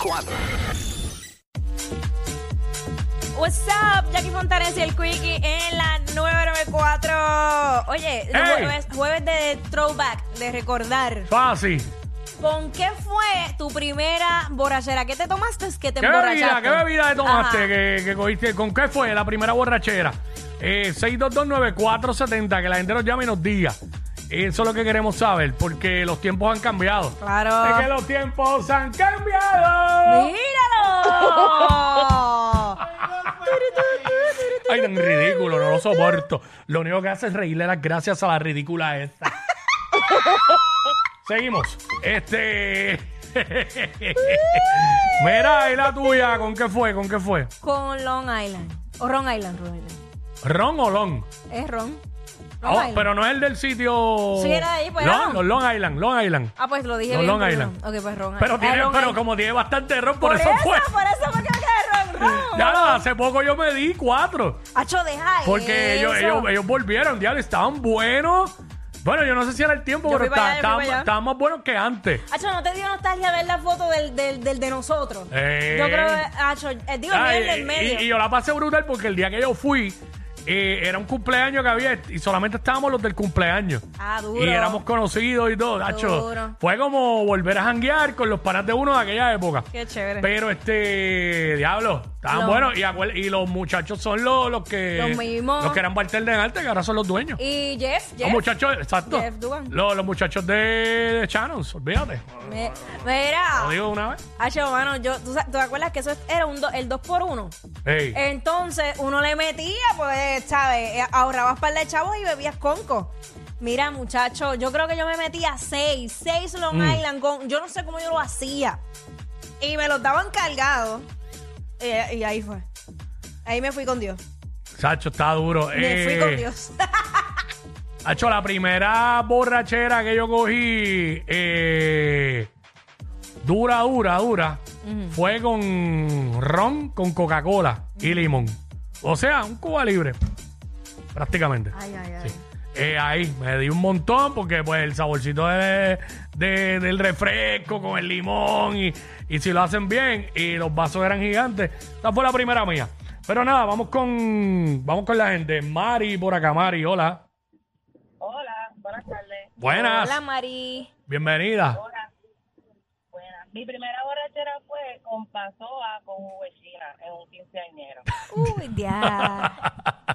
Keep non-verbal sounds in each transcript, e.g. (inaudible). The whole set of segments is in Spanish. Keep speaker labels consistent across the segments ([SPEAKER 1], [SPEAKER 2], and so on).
[SPEAKER 1] Cuatro.
[SPEAKER 2] What's up, Jackie Fontanes y el Quickie en la 994. Oye,
[SPEAKER 3] Hey.
[SPEAKER 2] jueves, jueves de throwback, de recordar.
[SPEAKER 3] Fácil.
[SPEAKER 2] ¿Con qué fue tu primera borrachera? ¿Qué te tomaste? ¿Qué te
[SPEAKER 3] ¿Qué bebida,
[SPEAKER 2] emborrachaste?
[SPEAKER 3] qué bebida te tomaste
[SPEAKER 2] Ajá.
[SPEAKER 3] que, que cogiste? ¿Con qué fue la primera borrachera? Eh, 6229470, que la gente nos llame y nos diga. Eso es lo que queremos saber, porque los tiempos han cambiado. Es que
[SPEAKER 2] Claro.
[SPEAKER 3] los tiempos han cambiado.
[SPEAKER 2] ¡Míralo! (laughs)
[SPEAKER 3] Ay, tan ridículo, no lo soporto. Lo único que hace es reírle las gracias a la
[SPEAKER 2] (laughs)
[SPEAKER 3] ridícula esta. Seguimos. Este. (laughs) Mira, y la tuya, ¿con qué fue? ¿Con qué fue?
[SPEAKER 2] Con Long Island. O Ron Island, Ron Island.
[SPEAKER 3] ¿Ron o Long?
[SPEAKER 2] Es Ron. Ron
[SPEAKER 3] Oh,
[SPEAKER 2] Island.
[SPEAKER 3] pero no es el del sitio.
[SPEAKER 2] Sí, era de ahí, pues,
[SPEAKER 3] Long,
[SPEAKER 2] era.
[SPEAKER 3] no, Long Island, Long Island.
[SPEAKER 2] Ah, pues lo dije
[SPEAKER 3] No,
[SPEAKER 2] bien.
[SPEAKER 3] Long
[SPEAKER 2] perdón.
[SPEAKER 3] Island.
[SPEAKER 2] Ok, pues Ron
[SPEAKER 3] Pero,
[SPEAKER 2] Island.
[SPEAKER 3] tiene,
[SPEAKER 2] Ah, Long
[SPEAKER 3] pero
[SPEAKER 2] Island.
[SPEAKER 3] como tiene bastante ron, por,
[SPEAKER 2] Por
[SPEAKER 3] eso,
[SPEAKER 2] eso, pues.
[SPEAKER 3] fue.
[SPEAKER 2] por eso fue que me quedé Ron Ron.
[SPEAKER 3] Ya, hace poco yo me di cuatro.
[SPEAKER 2] Hacho, deja
[SPEAKER 3] Porque ellos,
[SPEAKER 2] eso.
[SPEAKER 3] ellos, ellos volvieron, diablo, estaban buenos. Bueno, yo no sé si era el tiempo,
[SPEAKER 2] Yo
[SPEAKER 3] pero
[SPEAKER 2] fui para
[SPEAKER 3] está-
[SPEAKER 2] allá, yo fui
[SPEAKER 3] estaban
[SPEAKER 2] para allá.
[SPEAKER 3] estaban más buenos que antes.
[SPEAKER 2] Hacho, no te dio nostalgia ver la foto del, del, del de nosotros.
[SPEAKER 3] Eh.
[SPEAKER 2] Yo creo que, Hacho, eh, digo, el
[SPEAKER 3] Ay,
[SPEAKER 2] medio del medio.
[SPEAKER 3] Ah, y, y yo la pasé brutal porque el día que yo fui, eh, era un cumpleaños que había y solamente estábamos los del cumpleaños.
[SPEAKER 2] Ah, duro.
[SPEAKER 3] Y éramos conocidos y todo, Nacho.
[SPEAKER 2] Duro.
[SPEAKER 3] Fue como volver a janguear con los panas de uno de aquella época.
[SPEAKER 2] Qué chévere.
[SPEAKER 3] Pero este, diablo, estaban
[SPEAKER 2] Los-
[SPEAKER 3] buenos. Y, acuer- y los muchachos son los, los que.
[SPEAKER 2] Los mismos.
[SPEAKER 3] Los que eran parte de arte, que ahora son los dueños.
[SPEAKER 2] Y Jeff, Jeff.
[SPEAKER 3] Los muchachos, exacto.
[SPEAKER 2] Jeff Dugan.
[SPEAKER 3] Los, los muchachos de, de Channels, olvídate.
[SPEAKER 2] Me-
[SPEAKER 3] Lo
[SPEAKER 2] mira,
[SPEAKER 3] digo de una vez.
[SPEAKER 2] Hacho, mano, yo, ¿tú, sa- tú te acuerdas que eso era un do- el 2x1?
[SPEAKER 3] Ey.
[SPEAKER 2] Eh, Entonces, uno le metía, pues, ¿sabes? Eh, Ahorrabas par de chavos y bebías conco. Mira, muchacho, yo creo que yo me metía seis, seis Long
[SPEAKER 3] Mm.
[SPEAKER 2] Island con. Yo no sé cómo yo lo hacía. Y me los daban cargados. Y, y ahí fue. Ahí me fui con Dios.
[SPEAKER 3] Sacho, está duro.
[SPEAKER 2] Me fui
[SPEAKER 3] Eh,
[SPEAKER 2] con Dios.
[SPEAKER 3] Hacho, la primera borrachera que yo cogí, eh, dura, dura, dura, fue con ron, con Coca-Cola y limón. O sea, un Cuba libre, prácticamente.
[SPEAKER 2] (laughs) ay, ay, ay.
[SPEAKER 3] Sí. Eh, ahí me di un montón porque pues el saborcito de- de- del refresco con el limón y, y si lo hacen bien y los vasos eran gigantes. Esta fue la primera mía. Pero nada, vamos con vamos con la gente. Mari por acá, Mari, hola.
[SPEAKER 4] Hola, buenas tardes.
[SPEAKER 3] Buenas.
[SPEAKER 2] Hola, Mari.
[SPEAKER 3] Bienvenida.
[SPEAKER 4] Hola. Buenas. Mi primera borrachera fue con Pasoa con Uvechina en un quinceañero.
[SPEAKER 2] Uy,
[SPEAKER 3] (laughs)
[SPEAKER 2] ya.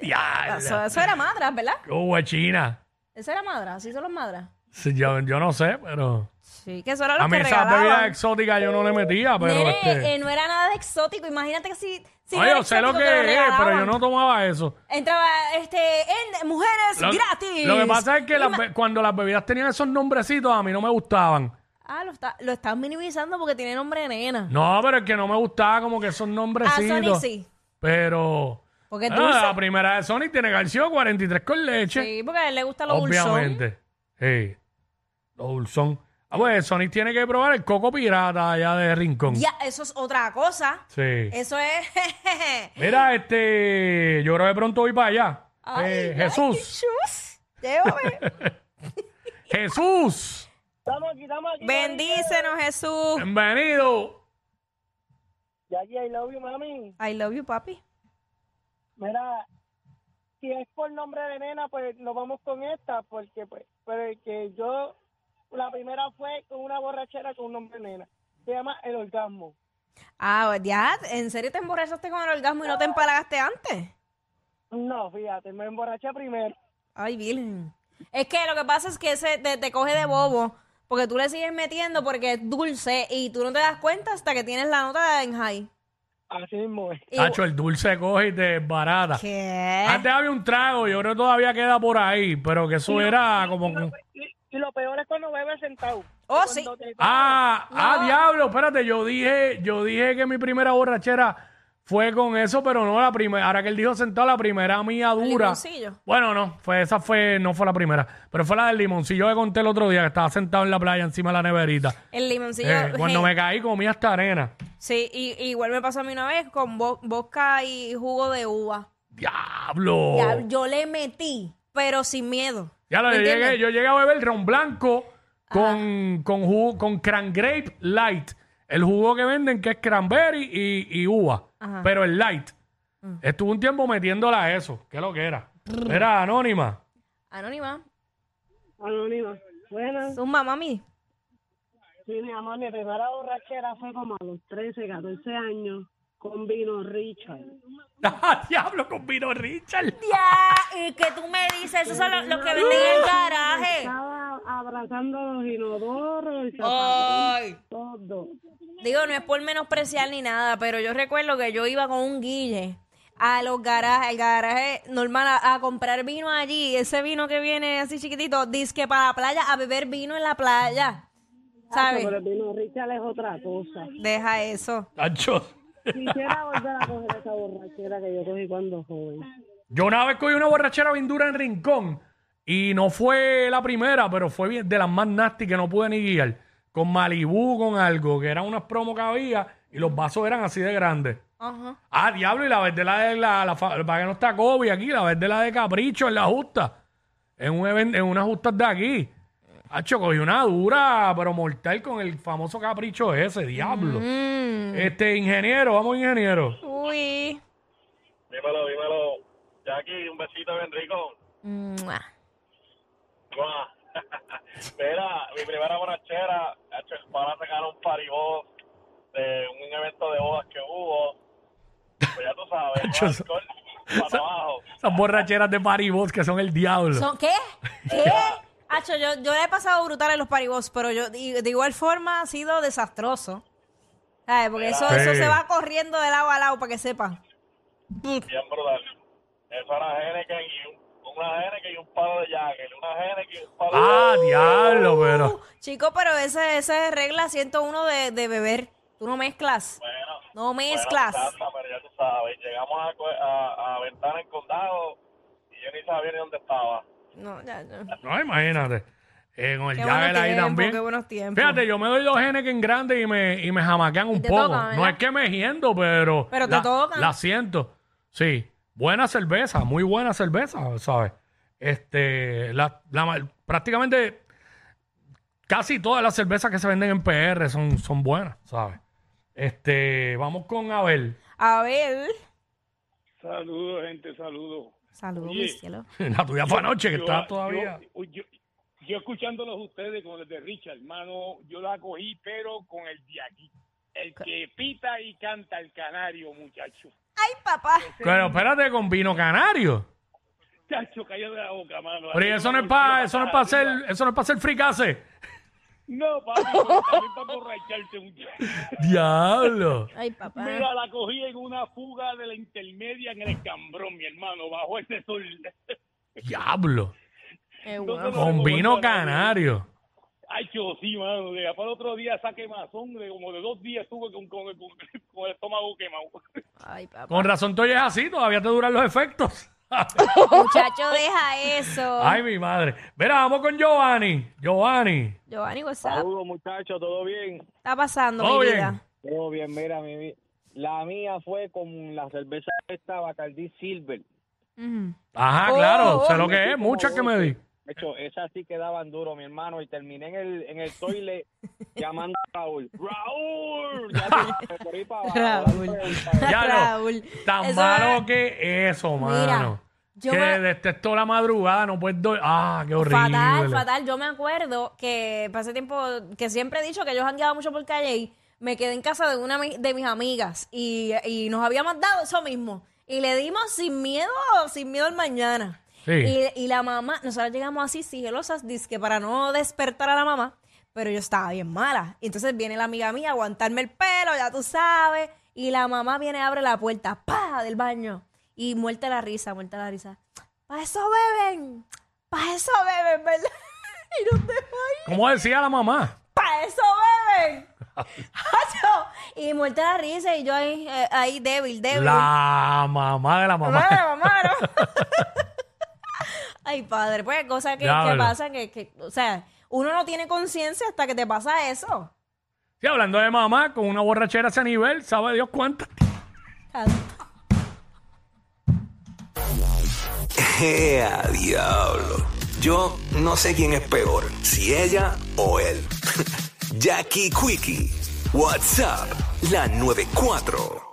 [SPEAKER 3] Ya.
[SPEAKER 2] eso, eso era madras, ¿verdad?
[SPEAKER 3] Uy, China.
[SPEAKER 2] Eso era madras, así son los madras.
[SPEAKER 3] Sí, yo, yo no sé, pero.
[SPEAKER 2] Sí, que eso era lo
[SPEAKER 3] A mí
[SPEAKER 2] que
[SPEAKER 3] esas
[SPEAKER 2] regalaban.
[SPEAKER 3] bebidas exóticas yo no le metía, pero.
[SPEAKER 2] Nene,
[SPEAKER 3] este,
[SPEAKER 2] eh, no era nada de exótico. Imagínate que si. si no
[SPEAKER 3] oye,
[SPEAKER 2] era
[SPEAKER 3] yo sé lo
[SPEAKER 2] exótico,
[SPEAKER 3] que
[SPEAKER 2] te
[SPEAKER 3] es, pero yo
[SPEAKER 2] regalaban.
[SPEAKER 3] no tomaba eso.
[SPEAKER 2] Entraba este, en mujeres
[SPEAKER 3] Lo-
[SPEAKER 2] gratis.
[SPEAKER 3] Lo que pasa es que las
[SPEAKER 2] Ima-
[SPEAKER 3] be- cuando las bebidas tenían esos nombrecitos, a mí no me gustaban.
[SPEAKER 2] Ah, lo, está, lo estás minimizando porque tiene nombre de nena.
[SPEAKER 3] No, pero es que no me gustaba como que esos
[SPEAKER 2] ah, Sony
[SPEAKER 3] nombrecitos.
[SPEAKER 2] sí.
[SPEAKER 3] Pero.
[SPEAKER 2] Porque es
[SPEAKER 3] ah,
[SPEAKER 2] dulce.
[SPEAKER 3] la primera de Sony tiene calcio 43 con leche.
[SPEAKER 2] Sí, porque a él le gusta lo dulzón.
[SPEAKER 3] Obviamente. Sí. Los dulzón. Ah, pues Sony tiene que probar el coco pirata allá de Rincón.
[SPEAKER 2] Ya, eso es otra cosa.
[SPEAKER 3] Sí.
[SPEAKER 2] Eso es. (laughs)
[SPEAKER 3] Mira, este. Yo creo que pronto voy para allá.
[SPEAKER 2] Ay,
[SPEAKER 3] Eh,
[SPEAKER 2] ay, (laughs)
[SPEAKER 3] Jesús.
[SPEAKER 2] Jesús,
[SPEAKER 3] (laughs)
[SPEAKER 2] Llévame.
[SPEAKER 3] Jesús.
[SPEAKER 4] Estamos aquí, estamos aquí.
[SPEAKER 2] Bendícenos, Jesús.
[SPEAKER 3] Bienvenido.
[SPEAKER 4] Y aquí I love you, mami.
[SPEAKER 2] I love you, papi.
[SPEAKER 4] Mira, si es por nombre de nena, pues nos vamos con esta, porque pues, porque yo, la primera fue con una borrachera con nombre de nena. Se llama El Orgasmo.
[SPEAKER 2] Ah, ya, ¿en serio te emborrachaste con el orgasmo y no te empalagaste antes?
[SPEAKER 4] No, fíjate, me emborraché primero.
[SPEAKER 2] Ay, virgen. Es que lo que pasa es que ese te, te coge de bobo, porque tú le sigues metiendo porque es dulce y tú no te das cuenta hasta que tienes la nota en high.
[SPEAKER 4] Así mismo es.
[SPEAKER 2] Y-
[SPEAKER 3] Tacho, ah, el dulce coge y te barata.
[SPEAKER 2] ¿Qué?
[SPEAKER 3] Antes había un trago, yo creo que todavía queda por ahí, pero que eso era como...
[SPEAKER 4] Y, y lo peor es cuando bebes sentado.
[SPEAKER 2] Oh, sí.
[SPEAKER 4] Cuando te-
[SPEAKER 3] Ah, ah, diablo, espérate, yo dije, yo dije que mi primera borrachera fue con eso, pero no la primera, ahora que él dijo sentado, la primera mía
[SPEAKER 2] El
[SPEAKER 3] dura.
[SPEAKER 2] limoncillo.
[SPEAKER 3] Bueno, no, fue, esa fue, no fue la primera, pero fue la del limoncillo que conté el otro día, que estaba sentado en la playa encima de la neverita.
[SPEAKER 2] El limoncillo.
[SPEAKER 3] Eh, cuando
[SPEAKER 2] hey.
[SPEAKER 3] me caí comí hasta arena.
[SPEAKER 2] Sí, y, y igual me pasó a mí una vez con bo- vodka y jugo de uva.
[SPEAKER 3] Diablo.
[SPEAKER 2] Ya, yo le metí, pero sin miedo.
[SPEAKER 3] Oh. Ya lo,
[SPEAKER 2] ¿Me
[SPEAKER 3] yo, llegué,
[SPEAKER 2] entiendes?
[SPEAKER 3] yo llegué a beber ron blanco con, con, jugo- con cran grape light. El jugo que venden que es cranberry y, y uva,
[SPEAKER 2] Ajá.
[SPEAKER 3] pero el light. Estuve un tiempo metiéndola a eso, que lo que era. Era (laughs) anónima.
[SPEAKER 2] Anónima.
[SPEAKER 4] Anónima. Buenas.
[SPEAKER 2] Zumba, mami.
[SPEAKER 4] Sí, mi amor, mi primera borrachera fue como a los 13, 14 años con vino Richard.
[SPEAKER 3] Ah, Diablo con vino Richard.
[SPEAKER 2] Ya, y que tú me dices, eso son los los
[SPEAKER 3] Uh,
[SPEAKER 2] que venden en el garaje.
[SPEAKER 4] Estaba abrazando los inodoros y
[SPEAKER 2] Ay.
[SPEAKER 4] todo.
[SPEAKER 2] Digo, no es por menospreciar ni nada, pero yo recuerdo que yo iba con un guille a los garajes, al garaje normal, a, a comprar vino allí. Ese vino que viene así chiquitito, disque para la playa, a beber vino en la playa. ¿Sabes?
[SPEAKER 4] Pero el vino Richard es otra cosa.
[SPEAKER 2] Deja eso.
[SPEAKER 3] Tacho.
[SPEAKER 4] Quisiera volver a coger esa borrachera que yo cogí cuando joven.
[SPEAKER 3] Yo una vez cogí una borrachera bien dura en Rincón y no fue la primera, pero fue bien- de las más nasty que no pude ni guiar. Con Malibú, con algo, que eran unas promos que había y los vasos eran así de grandes.
[SPEAKER 2] Ajá.
[SPEAKER 3] Ah, diablo, y la vez de la de la, la fa- para que no está Kobe aquí, la vez de la de Capricho en la justa. En, un even- en unas justas de aquí. Hacho, cogí una dura, pero mortal con el famoso Capricho ese, diablo.
[SPEAKER 2] Mm.
[SPEAKER 3] Este, ingeniero, vamos, ingeniero.
[SPEAKER 2] Uy.
[SPEAKER 1] Dímelo, dímelo. Jackie, un besito bien rico.
[SPEAKER 2] Mua.
[SPEAKER 1] Guau. (laughs) Mira, mi primera borrachera, hecho, para sacar un paribos de un evento de bodas que hubo. Pues ya tú sabes,
[SPEAKER 3] Hacho,
[SPEAKER 1] más alcohol para abajo.
[SPEAKER 3] Esas borracheras de Paribos que son el diablo.
[SPEAKER 2] ¿Son qué? (laughs) ¿Qué? Hacho, yo, yo la he pasado brutal en los paribos, pero yo de, de igual forma ha sido desastroso. ¿Sabes? Porque eso,
[SPEAKER 3] Sí.
[SPEAKER 2] eso se va corriendo de lado a lado para que sepan. Mm.
[SPEAKER 1] Bien brutal. Eso era Henneken y un, una Henneken y un palo de Jagger. Una Henneken y un palo
[SPEAKER 3] Ah,
[SPEAKER 1] de...
[SPEAKER 3] diablo, pero.
[SPEAKER 2] Chico, pero esa, esa es regla 101 de, de beber. Tú no mezclas.
[SPEAKER 1] Bueno,
[SPEAKER 2] No
[SPEAKER 1] bueno,
[SPEAKER 2] mezclas.
[SPEAKER 1] tanta, pero ya tú sabes. Llegamos a, co- a, a Ventana en Condado y yo ni sabía ni dónde estaba.
[SPEAKER 2] No, ya, ya.
[SPEAKER 3] No, imagínate. Eh, con el
[SPEAKER 2] Qué
[SPEAKER 3] Jagger
[SPEAKER 2] buenos
[SPEAKER 3] ahí
[SPEAKER 2] tiempos,
[SPEAKER 3] también.
[SPEAKER 2] qué buenos tiempos.
[SPEAKER 3] Fíjate, yo me doy dos Henneken grandes y me, y me jamaquean un
[SPEAKER 2] te
[SPEAKER 3] poco.
[SPEAKER 2] tocan, ¿verdad?
[SPEAKER 3] no es que me giendo, pero.
[SPEAKER 2] Pero te
[SPEAKER 3] la,
[SPEAKER 2] tocan.
[SPEAKER 3] La siento. Sí. Buena cerveza, muy buena cerveza, ¿sabes? Este. La, la ma- prácticamente. Casi todas las cervezas que se venden en PR son, son buenas, ¿sabes? Este. Vamos con Abel. (laughs)
[SPEAKER 2] A ver.
[SPEAKER 5] Saludos, gente, saludos.
[SPEAKER 2] Saludos,
[SPEAKER 5] Oye.
[SPEAKER 2] mi cielo.
[SPEAKER 3] la tuya fue anoche, que
[SPEAKER 5] Yo-
[SPEAKER 3] estás todavía.
[SPEAKER 5] Yo, yo, yo escuchándolos ustedes con el de Richard, hermano, yo la cogí, pero con el de aquí. El que pita y canta el canario, muchacho.
[SPEAKER 2] Ay, papá.
[SPEAKER 3] Pero espérate, con vino canario.
[SPEAKER 5] Muchacho, cállate la boca, mano.
[SPEAKER 3] Pero y
[SPEAKER 5] Ahí
[SPEAKER 3] eso
[SPEAKER 5] me
[SPEAKER 3] no es para,
[SPEAKER 5] volteo
[SPEAKER 3] eso no es
[SPEAKER 5] cara
[SPEAKER 3] para hacer,
[SPEAKER 5] arriba.
[SPEAKER 3] eso no es para hacer fricase.
[SPEAKER 5] No, papi, pero también para borracharte, muchacho.
[SPEAKER 3] Diablo.
[SPEAKER 2] Ay, papá.
[SPEAKER 5] Mira, la cogí en una fuga de la intermedia en el escambrón, mi hermano, bajo ese sol.
[SPEAKER 3] Diablo.
[SPEAKER 2] Qué
[SPEAKER 5] Entonces,
[SPEAKER 2] bueno.
[SPEAKER 5] no
[SPEAKER 3] Con
[SPEAKER 5] tengo
[SPEAKER 3] vino
[SPEAKER 5] vuelta a nadie.
[SPEAKER 3] canario.
[SPEAKER 5] Ay, yo sí, mano. De, para el otro día saqué más hombre. Como de dos días estuve con, con, con, con el estómago quemado.
[SPEAKER 2] Ay,
[SPEAKER 3] (laughs)
[SPEAKER 2] papá.
[SPEAKER 3] Con razón tú llegas así, todavía te duran
[SPEAKER 2] (laughs)
[SPEAKER 3] los efectos.
[SPEAKER 2] Muchacho, deja eso.
[SPEAKER 3] Ay, mi madre. Mira, vamos con Giovanni. Giovanni.
[SPEAKER 2] Giovanni, what's up?
[SPEAKER 6] Saludos, muchachos, ¿todo bien?
[SPEAKER 2] está pasando,
[SPEAKER 3] ¿Todo
[SPEAKER 2] mi
[SPEAKER 3] bien?
[SPEAKER 2] vida?
[SPEAKER 6] Todo bien, mira, mi vi- La mía fue con la cerveza esta Bacardi Silver.
[SPEAKER 2] Ujú.
[SPEAKER 3] Ajá,
[SPEAKER 2] Oh,
[SPEAKER 3] claro,
[SPEAKER 2] oh.
[SPEAKER 3] sé lo que es, muchas que me
[SPEAKER 2] (laughs)
[SPEAKER 3] di.
[SPEAKER 6] De hecho, esas sí quedaban duro, mi hermano, y terminé en el, en el toile llamando a Raúl.
[SPEAKER 5] ¡Raúl!
[SPEAKER 6] Ya te- por ahí para abajo,
[SPEAKER 2] Raúl.
[SPEAKER 6] dándole el-
[SPEAKER 2] (laughs)
[SPEAKER 3] Ya no.
[SPEAKER 2] Raúl.
[SPEAKER 3] Tan
[SPEAKER 2] Eso
[SPEAKER 3] malo
[SPEAKER 2] es
[SPEAKER 3] que eso,
[SPEAKER 2] Mira,
[SPEAKER 3] mano.
[SPEAKER 2] yo
[SPEAKER 3] que
[SPEAKER 2] me-
[SPEAKER 3] detesto la madrugada, no puedes dormir. Ah, qué horrible.
[SPEAKER 2] Fatal, fatal. Yo me acuerdo que pasé tiempo, que siempre he dicho que yo jangueaba mucho por calle y me quedé en casa de una mi- de mis amigas y, y nos habíamos dado eso mismo. Y le dimos sin miedo, sin miedo al mañana.
[SPEAKER 3] Sí.
[SPEAKER 2] Y, y la mamá, nosotros llegamos así sigilosas, que para no despertar a la mamá, pero yo estaba bien mala. Y Entonces viene la amiga mía a aguantarme el pelo, ya tú sabes. Y la mamá viene, abre la puerta, pa, del baño. Y muerta la risa, muerta la risa. Pa' eso beben, pa' eso beben, ¿verdad? (laughs) Y nos dejó ahí,
[SPEAKER 3] Como decía la mamá.
[SPEAKER 2] pa' eso beben. (laughs) Hacho, y muerta la risa y yo ahí, eh, ahí débil, débil.
[SPEAKER 3] La mamá de la
[SPEAKER 2] Mamá,
[SPEAKER 3] mamá.
[SPEAKER 2] mamá, ¿no? (laughs) Ay, padre, pues cosas que,
[SPEAKER 3] Ya,
[SPEAKER 2] que
[SPEAKER 3] bueno.
[SPEAKER 2] pasan, que, que, o sea, uno no tiene conciencia hasta que te pasa eso.
[SPEAKER 3] Sí, hablando de mamá, con una borrachera a ese nivel, sabe Dios cuántas.
[SPEAKER 7] (laughs) ¡Ea, diablo! Yo no sé quién es peor, si ella o él. (laughs) Jackie Quickie WhatsApp, la 94.